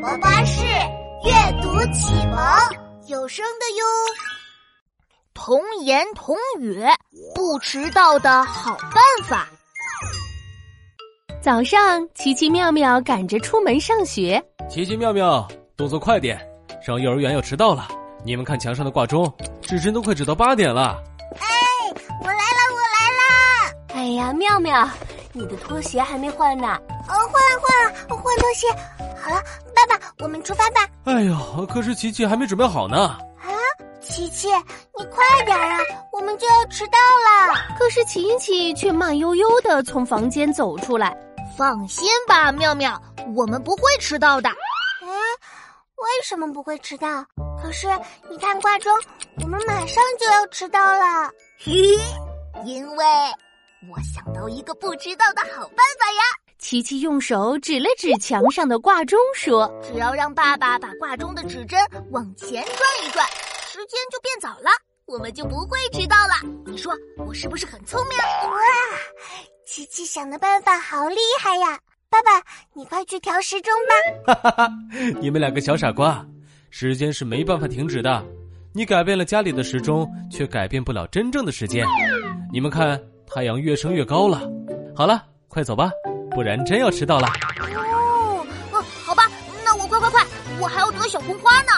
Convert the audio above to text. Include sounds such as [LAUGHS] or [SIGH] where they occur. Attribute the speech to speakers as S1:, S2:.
S1: 萌巴士阅读启蒙有声的哟。
S2: 童言童语，不迟到的好办法。
S3: 早上，奇奇妙妙赶着出门上学。
S4: 奇奇妙妙，动作快点，上幼儿园要迟到了。你们看墙上的挂钟，指针都快指到八点了。
S1: 哎，我来啦，我
S5: 来啦！哎呀，妙妙，你的拖鞋还没换呢。
S1: 哦，换了换了，我换拖鞋。好了，爸爸，我们出发吧。
S4: 哎呦，可是琪琪还没准备好呢。
S1: 啊，琪琪，你快点啊，我们就要迟到了。
S3: 可是琪琪却慢悠悠的从房间走出来。
S2: 放心吧，妙妙，我们不会迟到的。
S1: 哎，为什么不会迟到？可是你看挂钟，我们马上就要迟到了。
S2: 嘿， [LAUGHS] 因为我想到一个不迟到的好办法呀。
S3: 琪琪用手指了指墙上的挂钟，说：“
S2: 只要让爸爸把挂钟的指针往前转一转，时间就变早了，我们就不会迟到了。你说我是不是很聪明？”啊
S1: 哇，琪琪想的办法好厉害呀！爸爸，你快去调时钟
S4: 吧。哈哈哈！你们两个小傻瓜，时间是没办法停止的。你改变了家里的时钟，却改变不了真正的时间。你们看，太阳越升越高了。好了，快走吧。不然真要迟到了。
S2: 哦，好吧，那我快快快，我还要得小红花呢。